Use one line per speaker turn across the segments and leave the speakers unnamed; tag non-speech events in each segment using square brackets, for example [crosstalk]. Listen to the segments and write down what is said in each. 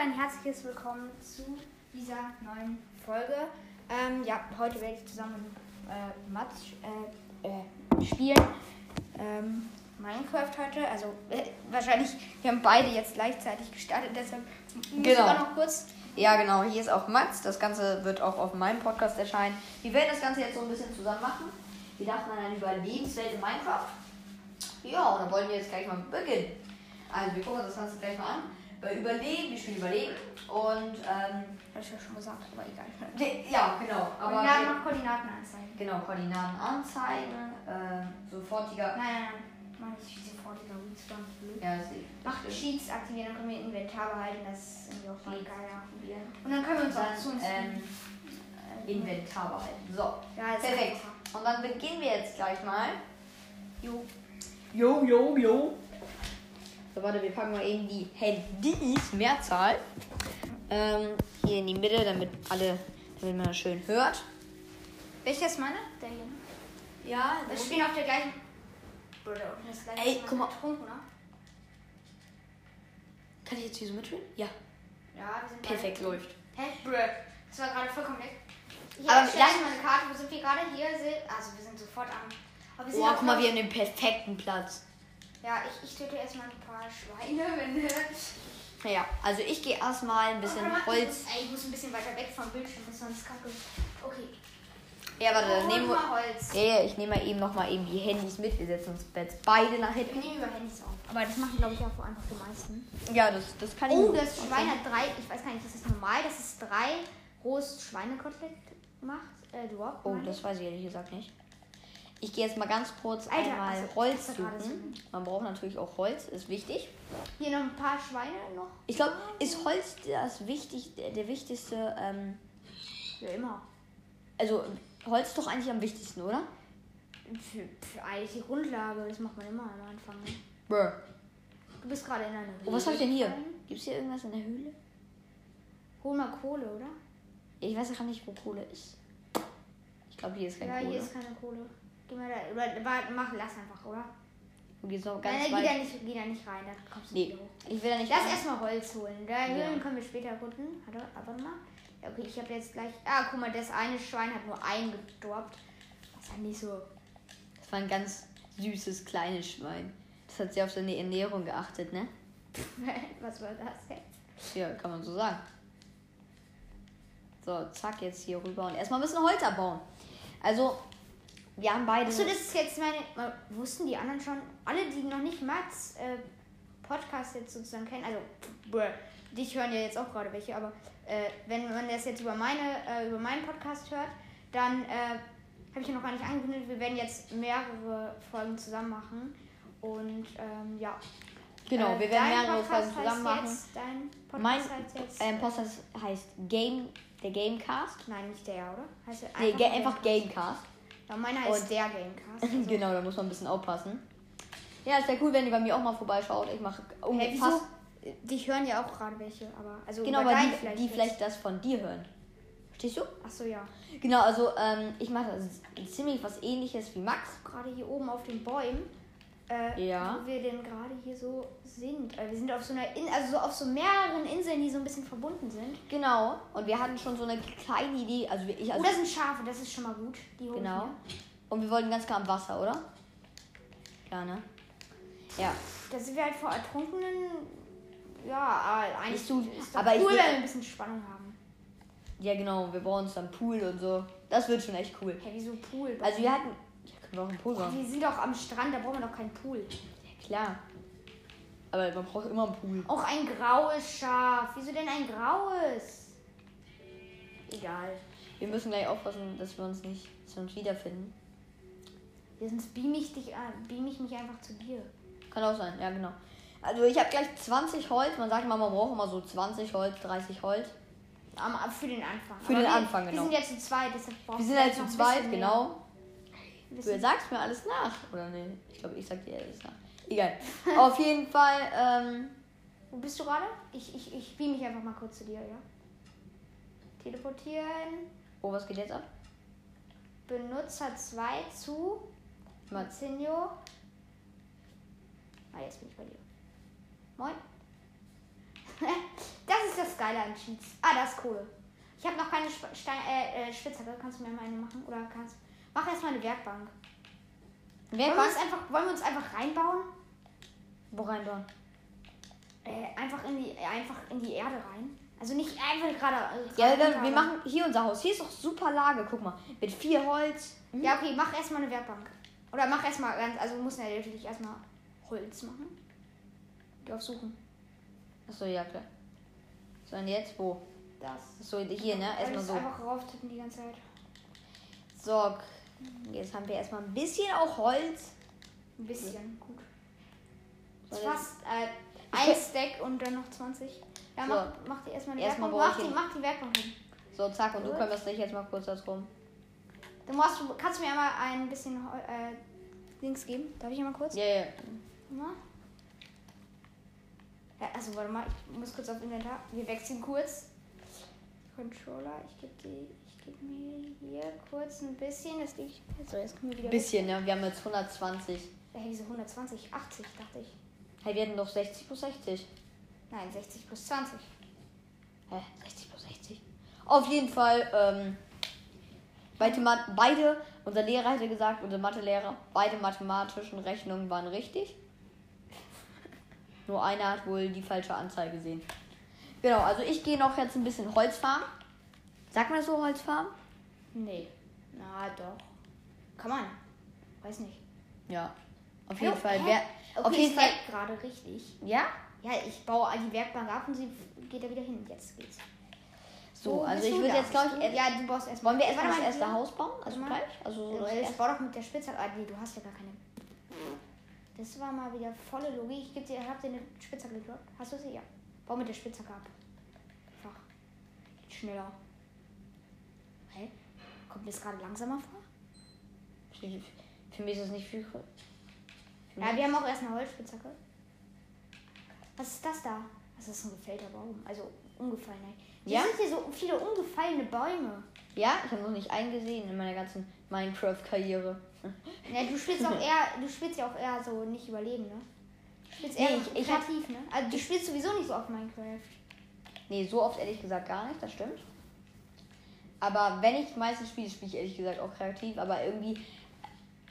ein herzliches Willkommen zu dieser neuen Folge. Ähm, ja, heute werde ich zusammen mit äh, Mats äh, äh, spielen. Ähm, Minecraft heute, also äh, wahrscheinlich, wir haben beide jetzt gleichzeitig gestartet, deshalb muss ich
Genau.
auch noch kurz.
Ja, genau. Hier ist auch Max. Das Ganze wird auch auf meinem Podcast erscheinen. Wir werden das Ganze jetzt so ein bisschen zusammen machen. Wir dachten an eine Überlebenswelt in Minecraft. Ja, und da wollen wir jetzt gleich mal beginnen. Also, wir gucken uns das Ganze gleich mal an. Bei Überleben, wir spielen Überleben. Und, ähm,
Habe ich ja schon gesagt, aber egal.
wir- ja, genau. Aber,
Koordinaten nach Koordinaten anzeigen.
genau, Koordinaten anzeigen. Äh, sofortiger.
Nein, nein, nein. Mach nicht sofort wieder Weeds, ganz blöd.
Ja, das sieht.
Macht
das stimmt.
Cheats aktivieren, dann können wir Inventar behalten, das ist irgendwie auch voll
Cheats.
geil. Ja.
Ja.
Und dann können wir uns auch
Dann,
zu uns
ähm, Inventar behalten. So.
Ja, ist
Perfekt.
einfach.
Und dann beginnen wir jetzt gleich mal.
Jo.
Jo, jo, jo. So, warte, wir packen mal eben die Handys, Mehrzahl, ähm, hier in die Mitte, damit alle, damit man das schön hört.
Welcher ist meine? Der hier. ne?
Ja,
Wir spielen auf der gleichen. Oder auf das gleiche.
Ey,
Thema
guck mal.
Getrunken, oder?
Kann ich jetzt hier so mitspielen? Ja.
Ja, wir sind
Perfekt,
beide.
läuft.
Hä? Brö. Das war gerade vollkommen weg. Hier,
Aber
ich stelle
lass-
mal eine Karte. Wo sind wir gerade? Hier sind. Also, wir sind sofort am. Aber wir sind
Oh,
auf-
guck mal, wir haben den perfekten Platz.
Ja, ich, ich töte erstmal ein paar Schweine, [laughs] wenn.
Ja, also ich gehe erstmal ein bisschen
Warte mal, Ich
Holz.
muss, ey, ich muss ein bisschen weiter weg vom Bildschirm, sonst kacke. Okay.
Ja, warte, dann
Hol
nehmen wir.
mal Holz.
Ja, ja, ich nehme mal eben nochmal eben die Handys mit. Wir setzen uns jetzt beide nach
Wir
hinten.
nehmen über Handys auf. Aber das machen, glaube ich, auch einfach die meisten.
Ja, das, das kann ich
Oh,
gut
das
machen.
Schwein hat drei, ich weiß gar nicht, das ist normal, dass es drei rohes Schweinekotelett macht. Äh, Dwarf.
Oh,
meine ich.
das weiß ich ehrlich gesagt nicht. Ich gehe jetzt mal ganz kurz
Alter,
einmal
also,
Holz
das war gerade
suchen. Man braucht natürlich auch Holz, ist wichtig.
Hier noch ein paar Schweine noch.
Ich glaube, ist Holz das wichtig, der, der wichtigste, ähm,
Für immer.
also Holz doch eigentlich am wichtigsten, oder?
Für, für eigentlich die Grundlage, das macht man immer am Anfang. ne?
Brr.
Du bist gerade in einer
Oh, was hab ich denn hier?
Höhle.
Gibt's hier irgendwas in der Höhle?
Hol mal Kohle, oder?
Ich weiß gar nicht, wo Kohle ist. Ich glaube, hier ist kein
ja,
Kohle.
hier ist keine Kohle. Geh mal da. Oder warte, mach, lass einfach, oder?
Und geht's noch ganz
Nein, geh da,
weit.
nicht, geh da nicht rein, da kommst du nicht
Nee,
wieder hoch.
ich will da nicht.
Lass
rein.
erstmal Holz holen. Da
Ja.
Höhlen können wir später erkunden. Warte, aber mal. Ja, okay, ich habe jetzt gleich. Ah, guck mal, das eine Schwein hat nur einen gedroppt. Das ist ja nicht so. [laughs]
Das war ein ganz süßes kleines Schwein. Das hat sie auf seine Ernährung geachtet, ne?
Was war das jetzt?
Ja, kann man so sagen. So, zack, jetzt hier rüber und erstmal ein bisschen Holz abbauen. Also, wir haben beide.
Achso, das ist jetzt meine. mal- Wussten die anderen schon? Alle, die noch nicht Mats äh, Podcast jetzt sozusagen kennen, also brr, dich hören ja jetzt auch gerade welche, aber äh, wenn man das jetzt über meine äh, über meinen Podcast hört, dann äh, habe ich ja noch gar nicht angekündigt, wir werden jetzt mehrere Folgen zusammen machen. Und ähm, ja,
genau,
Äh,
wir werden
dein
mehrere
Podcast
Folgen
heißt
zusammen machen.
Jetzt, dein Podcast
Mein
heißt jetzt.
Ähm, Podcast heißt Game, der Gamecast.
nein, nicht der, oder? Heißt der
Nee, ge einfach
Gamecast?
Gamecast.
Ja, meiner heißt
Und-
der Gamecast. Also.
[laughs] genau, da muss man ein bisschen aufpassen. Ja, ist ja cool, wenn ihr bei mir auch mal vorbeischaut. Ich mache
Hä,
irgendwie
wieso?
Um fast.
Dich hören ja auch gerade welche, aber. Also
Genau,
über
weil
deinen
die vielleicht, die
jetzt.
vielleicht das von dir hören. Verstehst du?
Achso, ja.
Genau, also ähm, ich mache ziemlich was ähnliches wie Max.
Gerade hier oben auf den Bäumen. Äh,
Ja.
Wo wir denn gerade hier so sind. Äh, wir sind auf so einer In also so auf so mehreren Inseln, die so ein bisschen verbunden sind.
Genau. Und wir hatten schon so eine kleine Idee. Also wir- ich
Oh,
also
da sind Schafe, das ist schon mal gut. Die hol ich
genau.
mir.
Und wir wollten ganz klar am Wasser, oder? Klar, ne? Ja.
Da sind wir halt vor Ertrunkenen. Ja, äh, eigentlich
Ist gut.
ist doch
Aber ich
cool,
seh-
wenn wir ein bisschen Spannung haben.
Ja, genau. Wir bauen uns dann einen Pool und so. Das wird schon echt cool.
Hä, wieso Pool?
Also wir hatten. Ja, können wir auch einen Pool bauen.
wir sind doch am Strand, da brauchen wir doch keinen Pool.
Ja, klar. Aber man braucht immer einen Pool.
Auch ein graues Schaf. Wieso denn ein graues? Egal.
Wir müssen gleich aufpassen, dass wir uns nicht dass wir uns wiederfinden.
Sonst beam ich, dich, an- beam ich mich einfach zu dir.
Kann auch sein, ja genau. Also ich habe gleich 20 Holz. Man sagt immer, man braucht immer so 20 Holz, 30 Holz.
Am, für den Anfang.
Für den
wir,
Anfang,
wir
genau.
Wir sind ja zu zweit, deshalb brauchen
Wir sind halt zu
noch ein
zweit,
bisschen mehr.
genau.
Wir
Du
sind-
sagst mir alles nach. Oder nee, ich glaube, ich sag dir alles nach. Egal. Auf jeden Fall, ähm,
Wo bist du gerade? Ich, ich, ich beam mich einfach mal kurz zu dir, ja? Teleportieren.
oh, was geht jetzt ab?
Benutzer 2 zu
Mats.
Marzinho. Ah, jetzt bin ich bei dir. Moin. [laughs] das ist das Geile an Cheats. Ah, das ist cool. Ich habe noch keine Sp Stein, äh, äh, Spitzhacke. Kannst du mir mal eine machen? Oder kannst. Mach erstmal eine Werkbank. Wollen wir, uns einfach, wollen wir uns einfach reinbauen?
Wo reinbauen?
Äh, einfach, in die, äh, einfach in die Erde rein. Also nicht einfach gerade. äh,
Ja,
gerade-
dann, wir machen hier unser Haus. Hier ist auch super Lage, guck mal. Mit viel Holz.
Ja, okay, mach erstmal eine Werkbank. Oder mach erstmal ganz. Also, wir müssen ja natürlich erstmal Holz machen. Die aufsuchen.
Achso, ja, klar. So, und jetzt wo?
Das.
So, hier, ne?
Erstmal
Erstmal so.
Einfach rauftippen die ganze Zeit.
So, jetzt haben wir erstmal ein bisschen auch Holz.
Ein bisschen. Gut.
So,
Das ist
jetzt-
fast äh, ein Stack und dann noch 20. Ja,
So.
mach, mach die erstmal die
Erstmal
Werkbank.
brauche
Mach
ich
die,
ihn.
mach die Werkbank hin.
So, zack, und du
Gut.
kümmerst dich jetzt mal kurz darum.
Dann brauchst du, kannst du mir einmal ein bisschen Hol- äh, Dings geben. Darf ich mal kurz?
Ja, ja.
Mal. Ja, also warte mal, ich muss kurz auf Inventar. Wir wechseln kurz. Controller, ich gebe die, ich gebe mir hier kurz ein bisschen. Das liegt. So, jetzt können wir wieder.
Bisschen, ne? Wir haben jetzt 120.
Weg. Hey, wieso 120? 80, dachte ich.
Hey, wir hatten doch 60 plus 60.
Nein, 60 plus 20.
Hä? 60 plus 60? Auf jeden Fall, ähm, beide, Ma- beide, unser Lehrer hätte gesagt, unser Mathelehrer, beide mathematischen Rechnungen waren richtig. Nur einer hat wohl die falsche Anzahl gesehen. Genau, also ich gehe noch jetzt ein bisschen Holz farmen. Sagt man das so, Holz farmen?
Nee. Na doch. Kann man. Weiß nicht.
Ja. Auf
Hä?
jeden Fall.
Hä?
Wer,
Okay,
auf jeden
es
Fall.
fällt gerade richtig.
Ja?
Ja, ich baue die Werkbank ab und sie geht da wieder hin. Jetzt geht's.
So, also
bist
ich
du
würde
da?
jetzt, glaube ich,
Bist du-
erst-
Ja, du baust erst
wollen wir
Warte
erstmal das
mal,
erste
hier.
Haus bauen? Also
Warte mal.
gleich? Also so
Also,
das
ich
erste.
war doch mit der Spitzhacke. Ah, nee, du hast ja gar keine.
Hm.
Das war mal wieder volle Logik. Ich geb dir, hab dir eine Spitzhacke gedroppt. Hast du sie? Ja. Bau mit der Spitzhacke ab. Einfach. Geht schneller. Hä? Kommt mir das gerade langsamer vor?
Für mich ist das nicht viel.
Ja,
Mhm.
wir haben auch erst eine Holzspitzhacke. Was ist das da? Das ist ein gefällter Baum. Also umgefallener. Ja?
Ja?
sind hier so viele umgefallene Bäume.
Ja, ich habe noch nicht einen gesehen in meiner ganzen Minecraft-Karriere.
Ja, du spielst
[laughs]
auch eher, du spielst ja auch eher so nicht überleben, ne? Du spielst
Nee,
eher
ich- ich hab-
kreativ, ne? Also du spielst sowieso nicht so auf Minecraft.
Nee, so oft ehrlich gesagt gar nicht, das stimmt. Aber wenn ich meistens spiele, spiele ich ehrlich gesagt auch kreativ, aber irgendwie.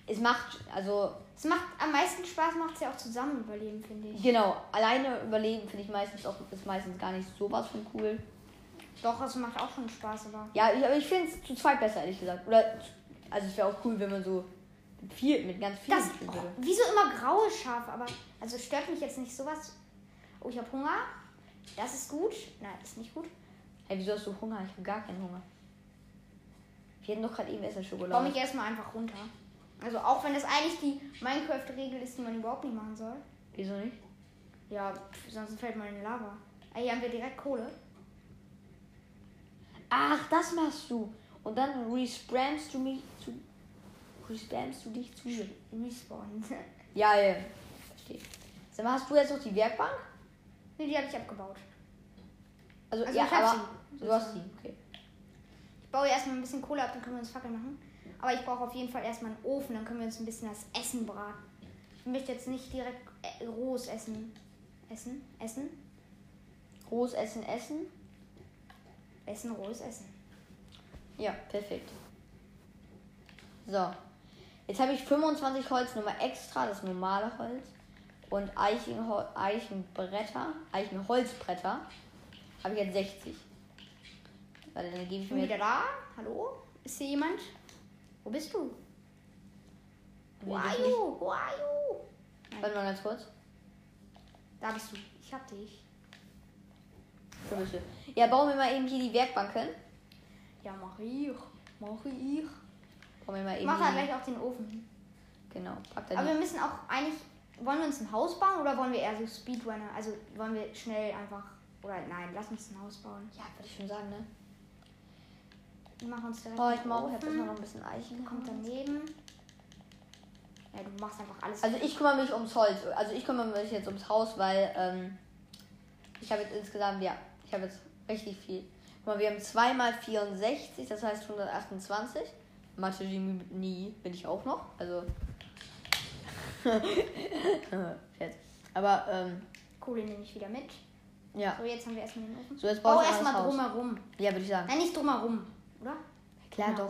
Es macht, also
Es macht am meisten Spaß macht es ja auch zusammen überleben, finde ich.
genau, alleine überleben finde ich meistens auch ist meistens gar nicht sowas von cool.
Doch, es macht auch schon Spaß, aber.
Ja, ich, aber ich finde es zu zweit besser, ehrlich gesagt. Oder zu- also es wäre auch cool, wenn man so mit viel, mit ganz vielen
Das,
spielen
oh,
würde.
wieso immer graue Schafe? Aber also stört mich jetzt nicht sowas. Oh, ich habe Hunger. Das ist gut. Nein, ist nicht gut.
Hey, wieso hast du Hunger? Ich habe gar keinen Hunger. Wir hatten doch gerade eben Essen
baue
Schokolade.
mich erstmal einfach runter. Also auch wenn das eigentlich die Minecraft-Regel ist, die man überhaupt nicht machen soll.
Wieso nicht?
Ja, pf, sonst fällt man in Lava. Ah, hier haben wir direkt Kohle.
Ach, das machst du. Und dann respammst du mich zu. Respammst du dich zu mir.
Respawn. [laughs]
Ja, ja. Verstehe. Sag mal, hast du jetzt noch die Werkbank?
nee, die habe ich abgebaut.
Also,
Also
ja,
ich hab
aber.
sie.
Du hast sie, okay.
Ich baue erstmal ein bisschen Kohle ab, dann können wir uns Fackeln machen. Aber ich brauche auf jeden Fall erstmal einen Ofen, dann können wir uns ein bisschen das Essen braten. Ich möchte jetzt nicht direkt äh, rohes Essen. Essen? Essen?
Groß Essen, Essen.
Essen, rohes Essen.
Ja, perfekt. So. Jetzt habe ich 25 Holz nochmal extra, das normale Holz. Und Eichenho Eichenbretter, Eichenholzbretter habe ich jetzt 60. Warte, dann gebe ich
Ich bin
mir
wieder da. Hallo? Ist hier jemand? Wo bist du? Who are
Nicht-
you? Who are you?
Warte mal ganz kurz.
Da bist du. Ich hab dich.
Für mich. Ja, bauen wir mal eben hier die Werkbank hin.
Ja, mach ich. Mach
Ähm.
ich.
Bauen wir mal eben.
Mach da
die-
gleich auch den Ofen.
Genau, pack da
Aber wir
die.
müssen auch eigentlich. Wollen wir uns ein Haus bauen oder wollen wir eher so Speedrunner? Also wollen wir schnell einfach. Oder nein, lass uns ein Haus bauen.
Ja, würde ich schon sagen, ne?
Wir machen uns direkt.
Oh, ich
einen
mache jetzt
Ofen.
erstmal noch ein bisschen Eichen.
Kommt daneben. Ja, du machst einfach alles.
Also ich kümmere mich ums Holz. Also ich kümmere mich jetzt ums Haus, weil ähm, ich habe jetzt insgesamt, ja, ich habe jetzt richtig viel. Guck mal, wir haben 2 mal 64, das heißt 128. Mathe-Genie bin ich auch noch. Also. [laughs] Scherz. Aber ähm,
Kohle nehme ich wieder mit.
Ja.
So, jetzt haben wir erstmal den Ofen.
So, jetzt
Bau
bauen wir
erstmal
das Haus.
drumherum.
Ja, würde ich sagen.
Nein, nicht drumherum, oder?
Klar,
Genau.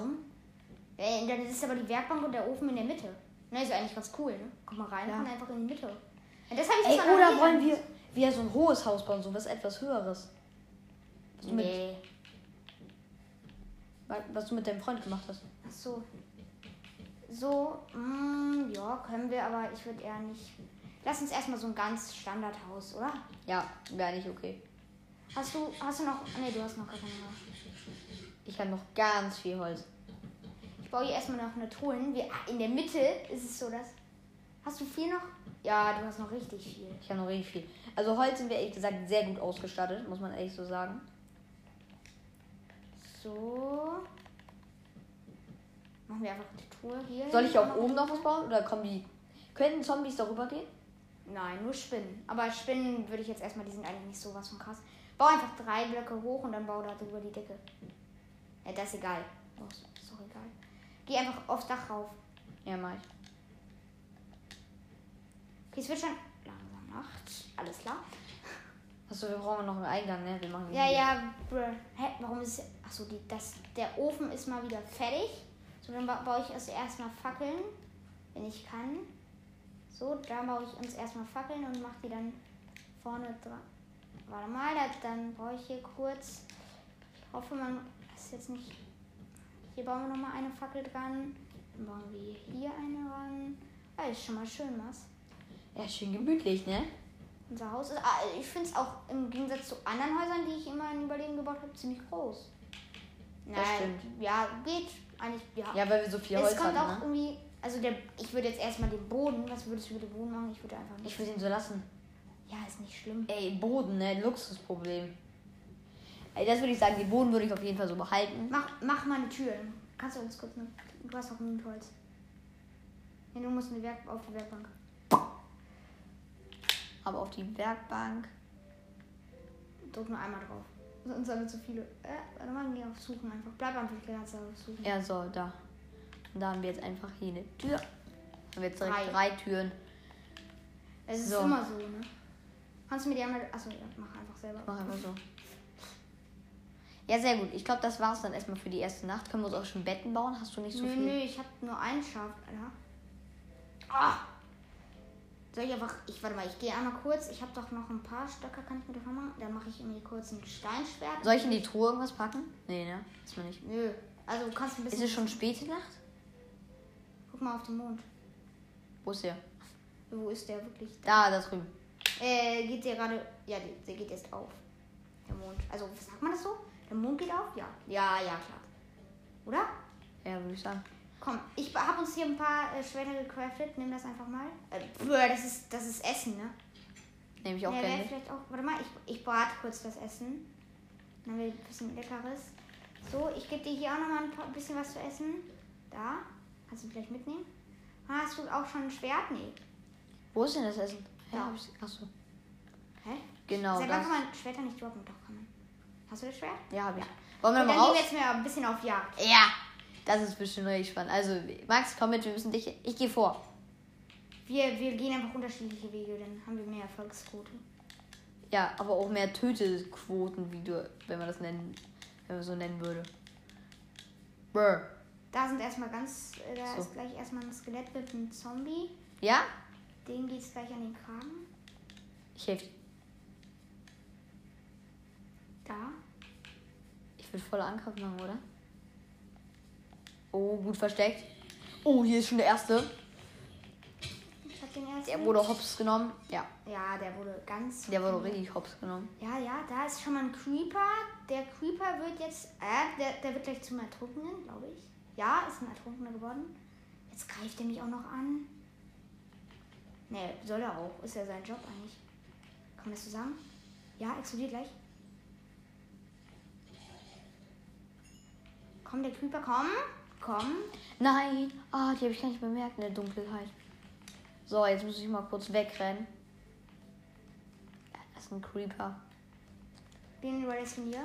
Äh, dann ist aber die Werkbank und der Ofen in der Mitte. Ne, ist ja eigentlich ganz cool, ne? Guck mal rein,
Ja.
kann einfach in die Mitte. Ja, das habe ich
Ey,
jetzt mal noch
oder
nie
wollen
gemacht.
wir wieder so ein hohes Haus bauen, so was etwas höheres? Was du, mit,
Nee.
wa- was du mit deinem Freund gemacht hast.
Ach so. So, mm, ja, können wir, aber ich würde eher nicht. Lass uns erstmal so ein ganz Standardhaus, oder?
Ja, wäre nicht okay.
Hast du, hast du noch. ah, Nee, du hast noch gar keine mehr.
Ich habe noch ganz viel Holz.
Ich baue hier erstmal noch eine Truhen. Wir, ah, in der Mitte ist es so, dass. Hast du viel noch? Ja, du hast noch richtig viel.
Ich habe noch richtig viel. Also Holz sind wir ehrlich gesagt sehr gut ausgestattet, muss man ehrlich so sagen.
So. Machen wir einfach die Truhe hier.
Soll ich auch oben noch was bauen oder kommen die? Können Zombies darüber gehen?
Nein, nur Spinnen. Aber Spinnen würde ich jetzt erstmal, die sind eigentlich nicht sowas von krass. Bau einfach drei Blöcke hoch und dann bau da drüber die Decke. Ja, das ist egal. Oh, ist doch egal. Geh einfach aufs Dach rauf.
Ja, mach ich.
Okay, es wird schon langsam Nacht. Alles klar.
Achso, wir brauchen noch einen Eingang, ne? Wir machen
Ja,
hier-
ja, bruh. Hä, warum ist. Achso, die, das, der Ofen ist mal wieder fertig. So, dann ba- baue ich also erstmal Fackeln, wenn ich kann. So, dann baue ich uns erstmal Fackeln und mache die dann vorne dran. Warte mal, da- dann brauche ich hier kurz. Ich hoffe, man ist jetzt nicht. Hier bauen wir nochmal eine Fackel dran. Dann bauen wir hier eine ran. Ah, ist schon mal schön was.
Ja, schön gemütlich, ne?
Unser Haus ist, ah, ich finde es auch im Gegensatz zu anderen Häusern, die ich immer in Überleben gebaut habe, ziemlich groß. Nein,
stimmt.
ja, geht eigentlich, ja.
Ja, weil wir so viel
es
Holz
kommt
haben,
auch
ne?
irgendwie, also der, ich würde jetzt erstmal den Boden, was würdest du mit dem Boden machen? Ich würde einfach
Ich
nicht.
würde ihn so lassen.
Ja, ist nicht schlimm.
Ey, Boden, ne? Luxusproblem. Ey, das würde ich sagen, den Boden würde ich auf jeden Fall so behalten.
Mach, mach mal eine Tür. Kannst du uns kurz eine, du hast auch genug Holz. Nee, du musst eine Werk auf die Werkbank.
Aber auf die Werkbank.
Drück nur einmal drauf. Sonst haben wir zu viele. Äh, warte mal, geh auf Suchen einfach. Bleib einfach die ganze Zeit auf Suchen.
Ja, so, da. Und da haben wir jetzt einfach hier eine Tür. Haben wir jetzt direkt
Drei.
drei, Türen.
Es ist
So.
immer so, ne? Kannst du mir die einmal. Achso, ja, mach einfach selber.
Mach einfach so. Ja, sehr gut. Ich glaube, das war's dann erstmal für die erste Nacht. Können wir uns auch schon Betten bauen? Hast du nicht so
Nö,
viel?
nö, ich hab nur ein Schaf, Alter. Ah! Soll ich einfach. Ich warte mal, ich gehe einmal kurz. Ich hab doch noch ein paar Stöcker, kann ich mir davon machen? Dann mache ich irgendwie kurz ein Steinschwert.
Soll ich in die Truhe irgendwas packen? Nee, ne? Ist mir nicht.
Nö. Also du kannst ein
Ist
bisschen.
es schon späte Nacht?
Guck mal auf den Mond.
Wo ist der?
Wo ist der wirklich?
Da, da drüben.
Äh, geht der gerade. Ja, der, der geht jetzt auf. Der Mond. Also, sagt man das so? Der Mond geht auf? Ja. Ja, ja, klar. Oder?
Ja, würde ich sagen.
Komm, ich habe uns hier ein paar äh, Schwerter gecraftet. Nimm das einfach mal. Äh, pff, das, ist, das ist Essen, ne?
Nehme ich auch
ja,
gerne.
wäre
mit.
vielleicht auch. Warte mal, ich, ich brate kurz das Essen. Dann haben wir ein bisschen Leckeres. So, ich gebe dir hier auch nochmal ein paar, bisschen was zu essen. Da. Kannst du vielleicht mitnehmen? Ah, Hast du auch schon ein Schwert? Nee.
Wo ist denn das Essen?
Da.
Ja, hab ich. Achso.
Hä?
Genau.
Seit wann
das.
kann man Schwerter nicht droppen? Doch, kann man. Hast du das Schwert?
Ja, hab ich. Wollen wir
Dann
mal
gehen
raus?
wir jetzt mal ein bisschen auf Jagd.
Ja. Das ist bestimmt richtig spannend. Also, Max, komm mit, wir müssen dich. Ich gehe vor.
Wir, wir gehen einfach unterschiedliche Wege, dann haben wir mehr Erfolgsquote.
Ja, aber auch mehr Tötequoten, wie du, wenn man das nennen, wenn man so nennen würde. Brr.
Da sind erstmal ganz. äh, Da
So.
ist gleich erstmal ein Skelett mit einem Zombie.
Ja?
Den geht's gleich an den Kragen.
Ich helfe.
Da.
Ich will voller Angriff machen, oder? Oh, gut versteckt. Oh, hier ist schon der erste.
Ich hab den ersten.
Der wurde hops genommen. Ja,
Ja, der wurde ganz.
der wurde richtig hops genommen.
Ja, ja, da ist schon mal ein Creeper. Der Creeper wird jetzt. Äh, der, der wird gleich zum Ertrunkenen, glaube ich. Ja, ist ein Ertrunkener geworden. Jetzt greift er mich auch noch an. Ne, soll er auch. Ist ja sein Job eigentlich. Kann man das so sagen? Ja, explodiert gleich. Komm, der Creeper, komm. Komm.
Nein! Ah, die habe ich gar nicht bemerkt in der Dunkelheit. So, jetzt muss ich mal kurz wegrennen. Ja, das ist ein Creeper.
Den überlässt du mir.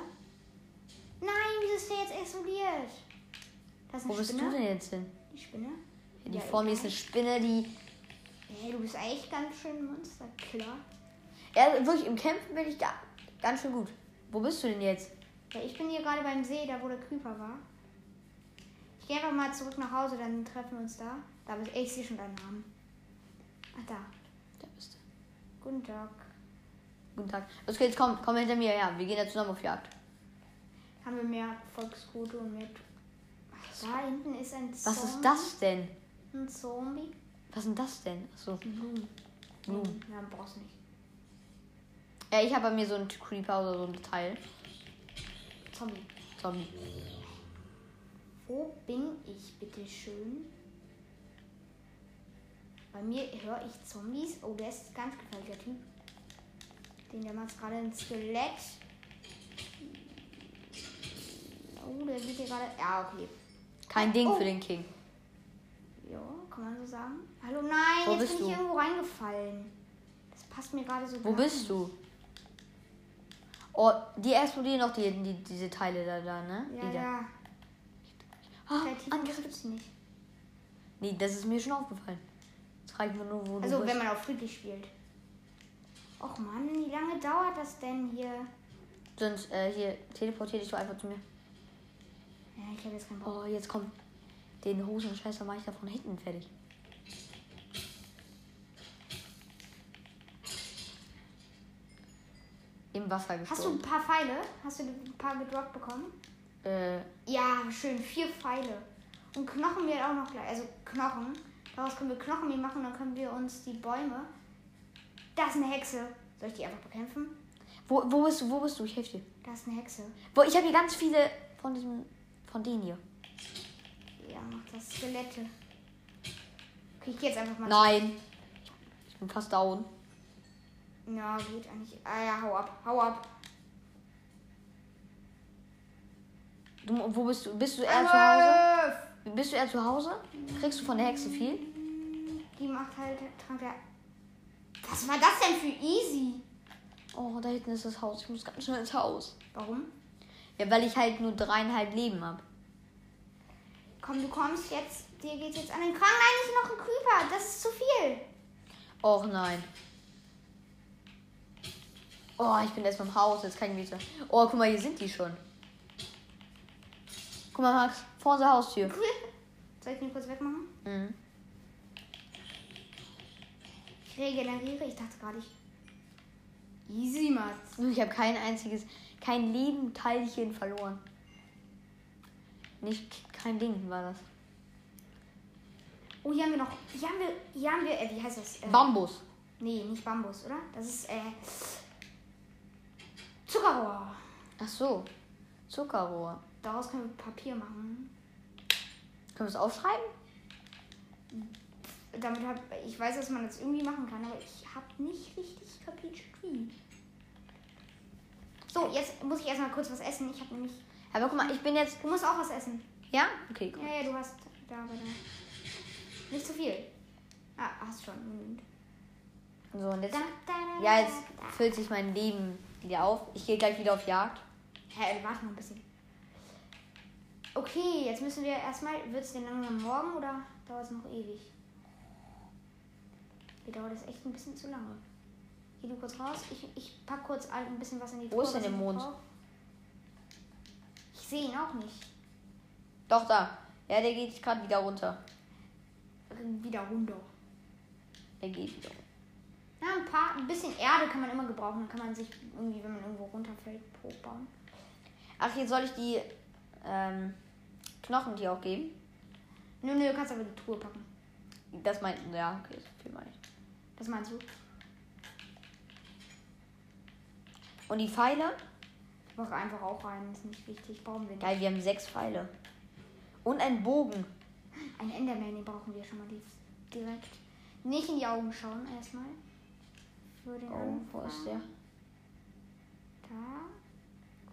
Nein, wieso ist der jetzt explodiert? Das ist eine
Wo bist
Spinne.
du denn jetzt hin?
Die Spinne.
Die
Ja,
vor mir
ich
ist eine Spinne, die
Hey, du bist eigentlich ganz schön Monsterkiller.
Ja, wirklich, im Kämpfen bin ich gar. Ganz schön gut. Wo bist du denn jetzt?
Ja, ich bin hier gerade beim See, da wo der Creeper war. Ich gehe einfach mal zurück nach Hause, dann treffen wir uns da. Da bist ich sehe schon deinen Namen. Ach da.
Da bist du.
Guten Tag.
Guten Tag. Okay, jetzt komm, komm hinter mir her. Wir gehen ja zusammen auf Jagd.
Haben wir mehr Volksquote und mit. Da hinten ist ein Zombie.
Was ist das denn?
Ein Zombie.
Was sind das denn? Achso.
Blumen.
Blumen.
Ja, brauchst nicht.
Ja, ich habe bei mir so einen Creeper oder so ein Teil.
Zombie.
Zombie.
Wo bin ich bitte schön? Bei mir höre ich Zombies. Oh, der ist ganz gefährlich, der Typ. Den der macht gerade ein Skelett. Oh, der wird hier gerade. Ja, okay.
Kein Ding
Oh.
für den King.
Ja, kann man so sagen. Hallo, nein,
Wo
jetzt
bist
bin ich
du?
irgendwo reingefallen. Das passt mir gerade so
Wo bist du? Oh, die explodieren noch die, die, diese Teile da, da ne?
Ja,
die da.
ja.
Ah,
Kreativ
Angriff.
gibt's nicht.
Nee, das ist mir schon aufgefallen. Jetzt reicht mir nur, wo
Also,
du
wenn
bist.
man auf friedlich spielt. Och Mann, wie lange dauert das denn hier?
Sonst, äh, hier, teleportier dich doch einfach zu mir.
Ja, ich habe jetzt keinen Bock.
Oh, jetzt kommt den Hosen Scheiße, mach ich da von hinten fertig. Im Wasser
Hast du ein
gestorben.
paar Pfeile? Hast du ein paar gedroppt bekommen?
Äh,
Ja, schön, vier Pfeile. Und Knochen wir auch noch gleich. Also Knochen. Daraus können wir Knochen hier machen, dann können wir uns die Bäume. Da ist eine Hexe. Soll ich die einfach bekämpfen?
wo, wo bist du? Wo bist du? Ich helfe dir.
Da ist eine Hexe.
Wo, ich habe hier ganz viele von diesem, von denen hier.
Ja, mach das Skelette. Okay, ich geh jetzt einfach mal.
Nein. Ich bin fast down.
Ja, geht eigentlich. Ah ja, hau ab, hau ab.
Du, wo bist du? Bist du eher zu Hause?
Angriff!
Bist du eher zu Hause? Kriegst du von der Hexe viel?
Die macht halt Trank der. Was war das denn für easy?
Oh, da hinten ist das Haus. Ich muss ganz schnell ins Haus.
Warum?
Ja, weil ich halt nur dreieinhalb Leben habe.
Komm, du kommst jetzt. Dir geht jetzt an den Kragen. Nein, nicht noch ein Creeper. Das ist zu viel.
Och nein. Oh, ich bin erst beim Haus, jetzt kann ich wieder. Oh, guck mal, hier sind die schon. Guck mal, Max, vor unserer Haustür.
Soll ich den kurz wegmachen?
Mhm.
Ich regeneriere. Ich dachte gerade, ich. Easy, Mats.
Ich habe kein einziges, kein lieben Teilchen verloren. Nicht, kein Ding war das.
Oh, hier haben wir noch. Hier haben wir. Hier haben wir. Äh, wie heißt das? Äh,
Bambus.
Nee, nicht Bambus, oder? Das ist. Äh, Zuckerrohr.
Ach so. Zuckerrohr.
Daraus können wir Papier machen.
Können wir es aufschreiben?
Damit hab, ich weiß, dass man das irgendwie machen kann, aber ich habe nicht richtig kapiert, wie. So, jetzt muss ich erstmal kurz was essen. Ich habe nämlich.
Aber guck mal, ich bin jetzt.
Du musst auch was essen.
Ja? Okay,
Ja,
gut.
ja, du hast da, aber da. Nicht zu viel. Ah, hast schon. genügend.
So, und jetzt.
Da, da, da, da,
Ja, jetzt
da.
füllt sich mein Leben wieder auf. Ich gehe gleich wieder auf Jagd.
Hä, warte noch ein bisschen. Okay, jetzt müssen wir erstmal. Wird es denn langsam morgen oder dauert es noch ewig? Mir dauert es echt ein bisschen zu lange. Geh du kurz raus. Ich, ich pack kurz all- ein bisschen was in die
Wo ist
Truhe,
denn
was
der
ich
Mond?
brauch. Ich sehe ihn auch nicht.
Doch, da. Ja, der geht gerade wieder runter.
Wieder runter.
Der geht wieder runter.
Na, ein paar, ein bisschen Erde kann man immer gebrauchen. Dann kann man sich irgendwie, wenn man irgendwo runterfällt, hochbauen.
Ach, jetzt soll ich die ähm, Knochen dir auch geben?
Nö, nö, du kannst aber die Truhe packen.
Das meint. Ja, okay, so viel meine ich.
Das meinst du?
Und die Pfeile?
Mach einfach auch rein. Ist nicht wichtig. Brauchen wir nicht.
Geil, wir haben sechs Pfeile. Und einen Bogen.
Ein Enderman, den brauchen wir schon mal die, direkt. Nicht in die Augen schauen erstmal. Für den
Oh, wo ist der?
Da.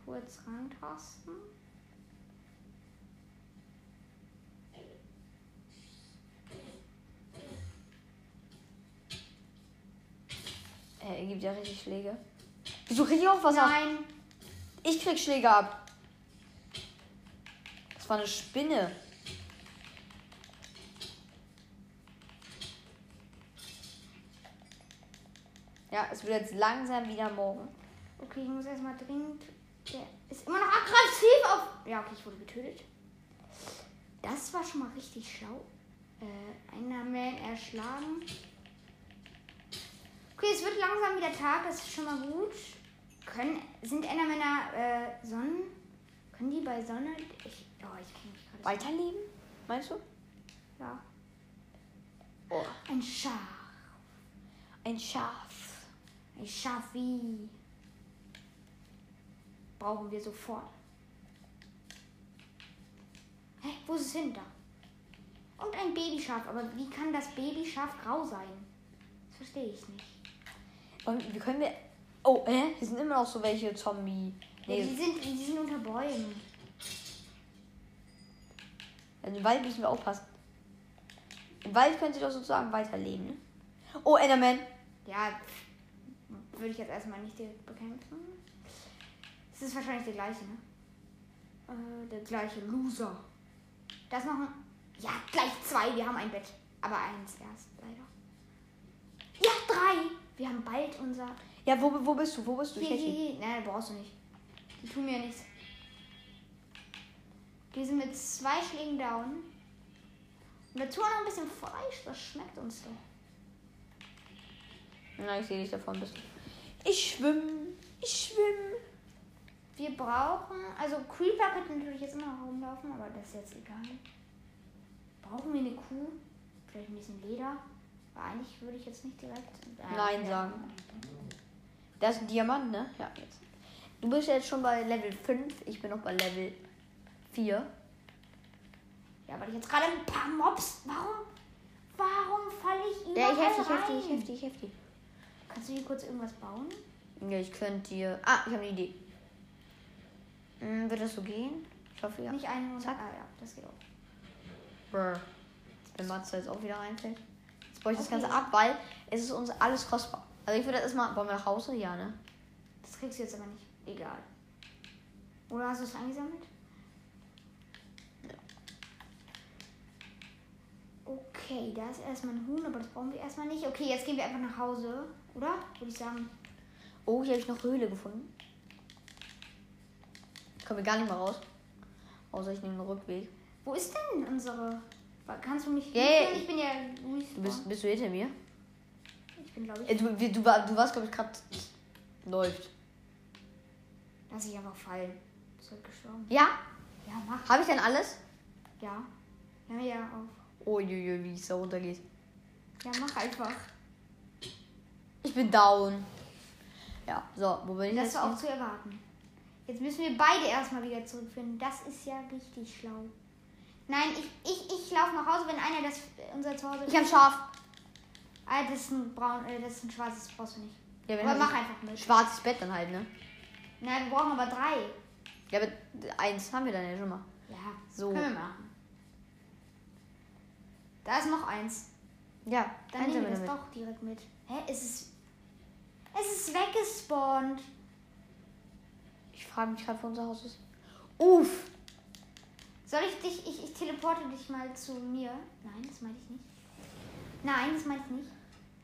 Kurz rantasten.
Äh, Er gibt ja richtig Schläge. Wieso krieg ich auch was ab?
Nein.
Ich krieg Schläge ab. Das war eine Spinne. Ja, es wird jetzt langsam wieder morgen.
Okay, ich muss erstmal dringend. Der ist immer noch aggressiv auf. Ja, okay, ich wurde getötet. Das war schon mal richtig schlau. Äh, einer Man erschlagen. Okay, es wird langsam wieder Tag, das ist schon mal gut. Können, sind Endermänner äh, Sonnen? Können die bei Sonne? Ich, oh, ich kenne mich gerade.
Weiterleben? Meinst du?
so- Ja.
Oh.
Ein Schaf.
Ein Schaf.
Ein Schafi. Brauchen wir sofort. Hä, wo ist es hin da? Und ein Babyschaf. Aber wie kann das Babyschaf grau sein? Das verstehe ich nicht.
Und wie können wir. Oh, hä? Hier sind immer noch so welche Zombie.
Ja, die,
Nee,
sind, die sind unter Bäumen.
im Wald müssen wir aufpassen. Im Wald können sie doch sozusagen weiterleben, ne? Oh, Enderman.
Ja, pff, würde ich jetzt erstmal nicht direkt bekämpfen. Es ist wahrscheinlich der gleiche, ne? Äh, der gleiche Loser. Das noch ein. Ja, gleich zwei. Wir haben ein Bett. Aber eins erst, leider. Ja, drei. Wir haben bald unser.
Ja, wo, wo bist du? Wo bist du? Ich
Hier,
hätte-
hier, hier. Nein, brauchst du nicht. Die tun mir nichts. Die sind mit zwei Schlägen down. Und dazu auch noch ein bisschen Fleisch. Das schmeckt uns doch.
Nein, ich sehe dich davon ein bisschen. Ich schwimme. Ich schwimme.
Wir brauchen, also Creeper könnte natürlich jetzt immer noch rumlaufen, aber das ist jetzt egal. Brauchen wir eine Kuh? Vielleicht ein bisschen Leder? Aber eigentlich würde ich jetzt nicht direkt. äh,
Nein sagen. Da ist ein Diamant, ne? Ja, jetzt. Du bist jetzt schon bei Level 5. Ich bin noch bei Level 4.
Ja, weil ich jetzt gerade ein paar Mobs. Warum? Warum falle ich überall
Ja, ich heftig,
rein?
heftig, heftig, heftig.
Kannst du hier kurz irgendwas bauen?
Ja, ich könnte dir. Ah, ich habe eine Idee. Hm, wird das so gehen? Ich hoffe ja.
Nicht einen und. Ah
Zack.
ja, das geht auch.
Brr. Wenn Matze jetzt auch wieder einfällt. Jetzt brauche ich das
Okay.
Ganze ab, weil es ist uns alles kostbar. Also ich würde erstmal. Wollen wir nach Hause? Ja, ne?
Das kriegst du jetzt aber nicht. Egal. Oder hast du es eingesammelt? Okay, da ist erstmal ein Huhn, aber das brauchen wir erstmal nicht. Okay, jetzt gehen wir einfach nach Hause, oder? Würde ich sagen.
Oh, hier habe ich noch Höhle gefunden. Kommen wir gar nicht mehr raus. Außer ich nehme einen Rückweg.
Wo ist denn unsere. Wa- Kannst du mich.
Ja,
hinführen?
ja,
ich bin ja.
Du bist, bist du hinter mir?
Ich bin, glaube
Äh,
ich.
Du, wir- du, war- du warst, glaube ich, gerade. Läuft.
Lass ich einfach fallen. Ist halt gestorben.
Ja?
Ja, mach.
Habe ich denn alles?
Ja. Ja, ja, auf.
Uiuiui, wie es da runtergeht.
Ja, mach einfach.
Ich bin down. Ja, so, wo bin ich
Das
jetzt?
war auch zu erwarten. Jetzt müssen wir beide erstmal wieder zurückfinden. Das ist ja richtig schlau. Nein, ich, ich, ich laufe nach Hause, wenn einer das unser Zuhause.
Ich habe Schaf.
ah, das ist ein braun, äh, das ist ein schwarzes, das brauchst du nicht.
Ja, wenn
aber
du-
mach einfach mit.
Schwarzes Bett dann halt, ne?
Nein, wir brauchen aber drei.
Ja, aber eins haben wir dann ja schon mal.
Ja,
So.
Können wir machen. Da ist noch eins.
Ja,
Dann
eins
nehmen wir
haben
das
wir damit.
doch direkt mit. Hä, es ist es ist weggespawnt.
Ich frage mich gerade, wo unser Haus ist. Uff.
Soll ich dich, ich, ich teleporte dich mal zu mir? Nein, das meinte ich nicht. Nein, das meinte ich nicht.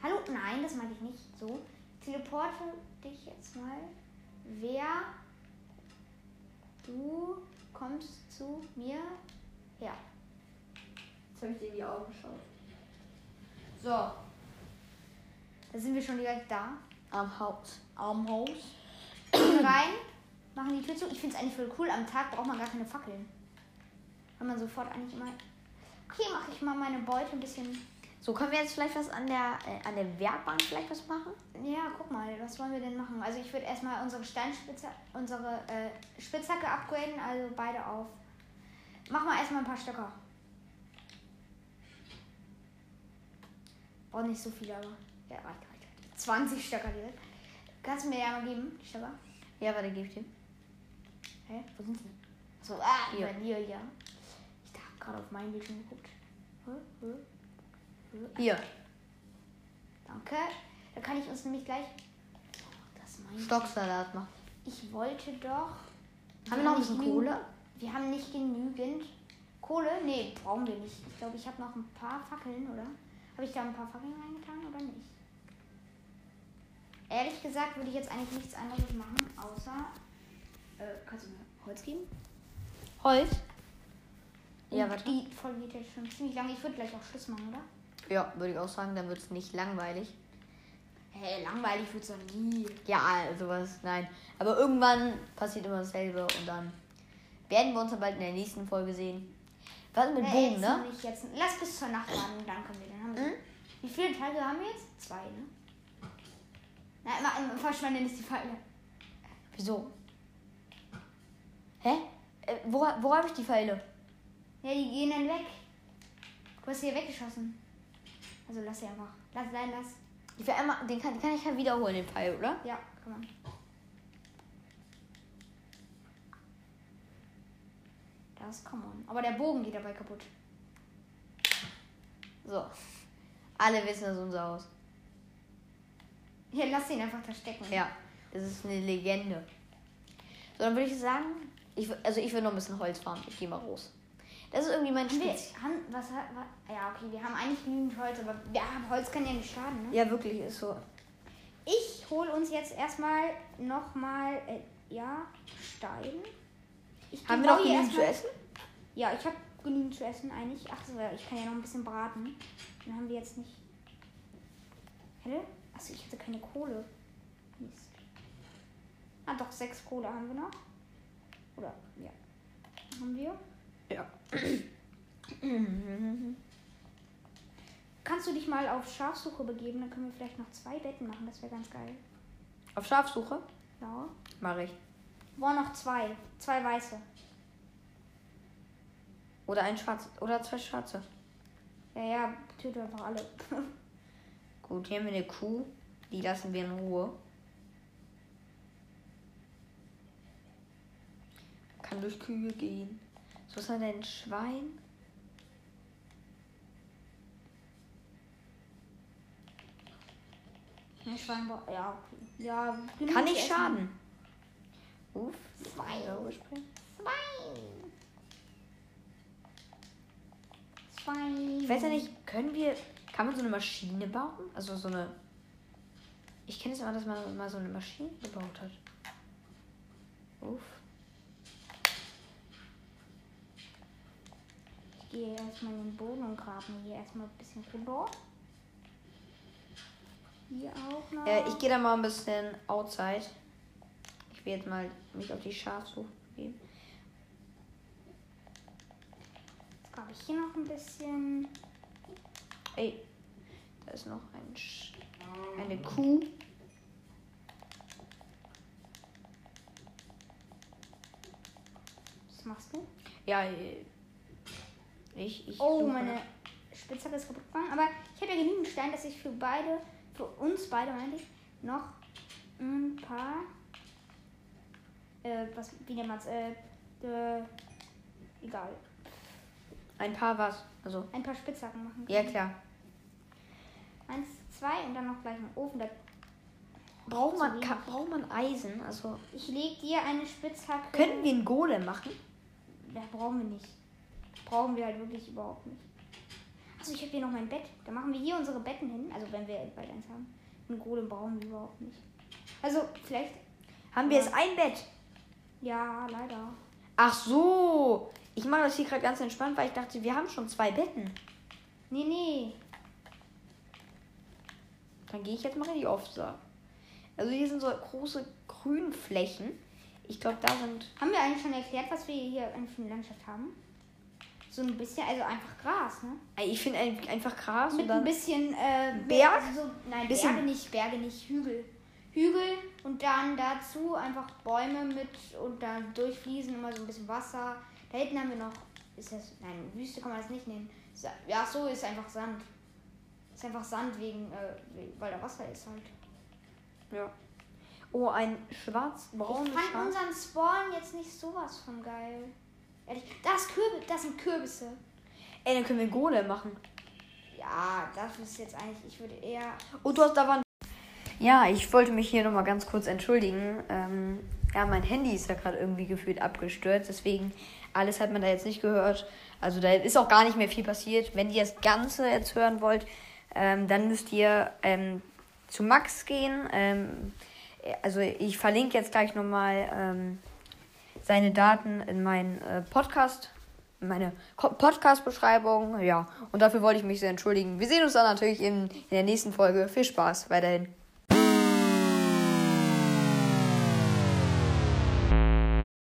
Hallo? Nein, das meinte ich nicht. So, ich teleporte dich jetzt mal. Wer? Du kommst zu mir her.
Jetzt habe ich dir in die Augen geschaut. So.
Da sind wir schon direkt da.
Am Haus. Am Haus?
Gehen rein, machen die Tür zu. Ich finde es eigentlich voll cool. Am Tag braucht man gar keine Fackeln. Weil man sofort eigentlich immer. Okay, mache ich mal meine Beute ein bisschen
So, können wir jetzt vielleicht was an der, äh, an der Werkbank vielleicht was machen?
Ja, guck mal, was wollen wir denn machen? Also ich würde erstmal unsere Steinspitze, unsere äh, Spitzhacke upgraden, also beide auf. Mach mal erstmal ein paar Stöcker. Braucht nicht so viele, aber ja, reicht, reicht, reicht. 20 Stöcker direkt. Kannst du mir ja mal geben, die Stöcker?
Ja, warte, gebe ich dir.
Hä? Wo sind sie? So, ah, hier.
Hier.
bei dir, ja. Ich habe gerade auf meinen Bildschirm geguckt. Hä? Hä?
Hier,
Danke. Da kann ich uns nämlich gleich... Oh, das ist mein
Stocksalat machen.
Ich wollte doch.
Haben wir noch ein
nicht
bisschen
genü-
Kohle?
Wir haben nicht genügend. Kohle? Nee, brauchen wir nicht. Ich glaube, ich habe noch ein paar Fackeln, oder? Habe ich da ein paar Fackeln reingetan oder nicht? ehrlich gesagt würde ich jetzt eigentlich nichts anderes machen, außer. Äh, kannst du mir Holz geben?
Holz?
Ja,
Ja,
warte.
warte.
Die Folge geht jetzt schon ziemlich lang. Ich würde gleich auch Schluss machen, oder?
Ja, würde ich auch sagen, dann wird es nicht langweilig.
Hey, langweilig wird's doch nie.
Ja, sowas, nein. Aber irgendwann passiert immer dasselbe und dann werden wir uns dann bald in der nächsten Folge sehen. Was mit
Hey,
Boom,
jetzt
ne?
noch Äh, nicht jetzt. Lass bis zur Nacht warten, dann können wir. Dann haben wir
Hm?
Wie viele Teile haben wir jetzt? Zwei, ne? Nein, ma- verschwende nicht die Pfeile.
Wieso? Hä? Äh, wo wo habe ich die Pfeile?
Ja, die gehen dann weg. Du hast sie hier weggeschossen. Also lass sie einfach. Lass, nein, lass.
Die Pfeile einmal, den, kann, den kann ich ja wiederholen, den Pfeil, oder?
Ja, kann man. Das kann man. Aber der Bogen geht dabei kaputt.
So. Alle wissen das ist unser Haus.
Hier, lass ihn einfach da stecken.
Ja, das ist eine Legende. So, dann würde ich sagen, ich, wür- also ich will noch ein bisschen Holz farmen. Ich gehe mal raus. Das ist irgendwie mein
Haben wir,
Spitz.
haben, was, hat- wa- ja, okay, wir haben eigentlich genügend Holz, aber wir haben, Holz kann ja nicht schaden, ne?
Ja, wirklich, ist so.
Ich hole uns jetzt erstmal nochmal, äh, ja, Stein. Ich
Haben
geh
wir noch
Bobby
genügend zu
erstmal-
essen?
Ja, ich habe genügend zu essen eigentlich. Ach so, ja, ich kann ja noch ein bisschen braten. Dann haben wir jetzt nicht. Hä? Achso, ich hatte keine Kohle. Mist. Ah, doch, sechs Kohle haben wir noch. Oder, ja. Haben wir.
Ja.
Kannst du dich mal auf Schafsuche begeben? Dann können wir vielleicht noch zwei Betten machen. Das wäre ganz geil.
Auf Schafsuche?
Ja.
Mache ich.
Boah, noch zwei. Zwei weiße.
Oder ein Schwarz. Oder zwei Schwarze.
Ja, ja, töte einfach alle. [laughs]
Gut, hier haben wir eine Kuh. Die lassen wir in Ruhe. Kann durch Kühe gehen. So ist er denn ein Schwein?
Ein Schwein bra- Ja, okay. Ja, genug
Kann
zu
nicht
essen.
schaden. Uff.
Schwein. Schwein. Schwein.
Ich weiß ja nicht, können wir. Kann man so eine Maschine bauen? Also so eine. Ich kenne es immer, dass man mal so eine Maschine gebaut hat. Uff.
Ich gehe erstmal in den Boden und grabe mir hier erstmal ein bisschen Rüber. Hier auch noch.
Äh, ich gehe da mal ein bisschen outside. Ich will jetzt mal mich auf die Schafsuche gehen.
Jetzt grabe ich hier noch ein bisschen.
Ey, da ist noch ein Sch eine Kuh.
Was machst du?
Ja, äh, ich, ich.
Oh,
suche
meine
nach-
Spitzhacke ist kaputt gegangen. Aber ich habe ja genügend Stein, dass ich für beide, für uns beide meine ich, noch ein paar. Äh, was, wie nennt man's? Äh, äh, egal.
Ein paar was. Also.
Ein paar Spitzhacken machen.
Ja, klar.
Eins, zwei und dann noch gleich einen Ofen. Da-
Braucht man,
wenig.
kann, braucht man Eisen? Also.
Ich leg dir eine Spitzhacke.
Können wir einen Golem machen?
Ja, brauchen wir nicht. Brauchen wir halt wirklich überhaupt nicht. Also ich habe hier noch mein Bett. Da machen wir hier unsere Betten hin. Also wenn wir bald eins haben. Einen Golem brauchen wir überhaupt nicht. Also vielleicht.
Haben wir
Ja.
jetzt ein Bett?
Ja, leider.
Ach so. Ich mache das hier gerade ganz entspannt, weil ich dachte, wir haben schon zwei Betten.
Nee, nee.
Dann gehe ich jetzt mal in die Offsa. Also hier sind so große Grünflächen. Ich glaube, da sind.
Haben wir eigentlich schon erklärt, was wir hier eigentlich für eine Landschaft haben? So ein bisschen, also einfach Gras, ne?
Ey, Ich finde ein, einfach Gras und
Mit ein
dann.
bisschen äh,
Berg?
So, nein,
Bisschen-
Berge nicht, Berge nicht, Hügel. Hügel und dann dazu einfach Bäume mit und dann durchfließen immer so ein bisschen Wasser. Da hinten haben wir noch, ist das, nein, Wüste kann man das nicht nennen. Sa- Ja, so ist einfach Sand. Ist einfach Sand wegen, äh, we- weil da Wasser ist halt.
Ja. Oh, ein schwarz-braunes
Ich fand
Schaf.
unseren Spawn jetzt nicht sowas von geil. Ehrlich, das, Kürbi das sind Kürbisse.
Ey, dann können wir einen Golem machen.
Ja, das ist jetzt eigentlich, ich würde eher
Oh, du hast da waren. Ja, ich wollte mich hier nochmal ganz kurz entschuldigen. Ähm, ja, mein Handy ist ja gerade irgendwie gefühlt abgestürzt. Deswegen, alles hat man da jetzt nicht gehört. Also da ist auch gar nicht mehr viel passiert. Wenn ihr das Ganze jetzt hören wollt, ähm, dann müsst ihr ähm, zu Max gehen. Ähm, also ich verlinke jetzt gleich nochmal ähm, seine Daten in meinen äh, Podcast, in meine Ko- Podcast-Beschreibung. Ja, und dafür wollte ich mich sehr entschuldigen. Wir sehen uns dann natürlich in, in der nächsten Folge. Viel Spaß weiterhin.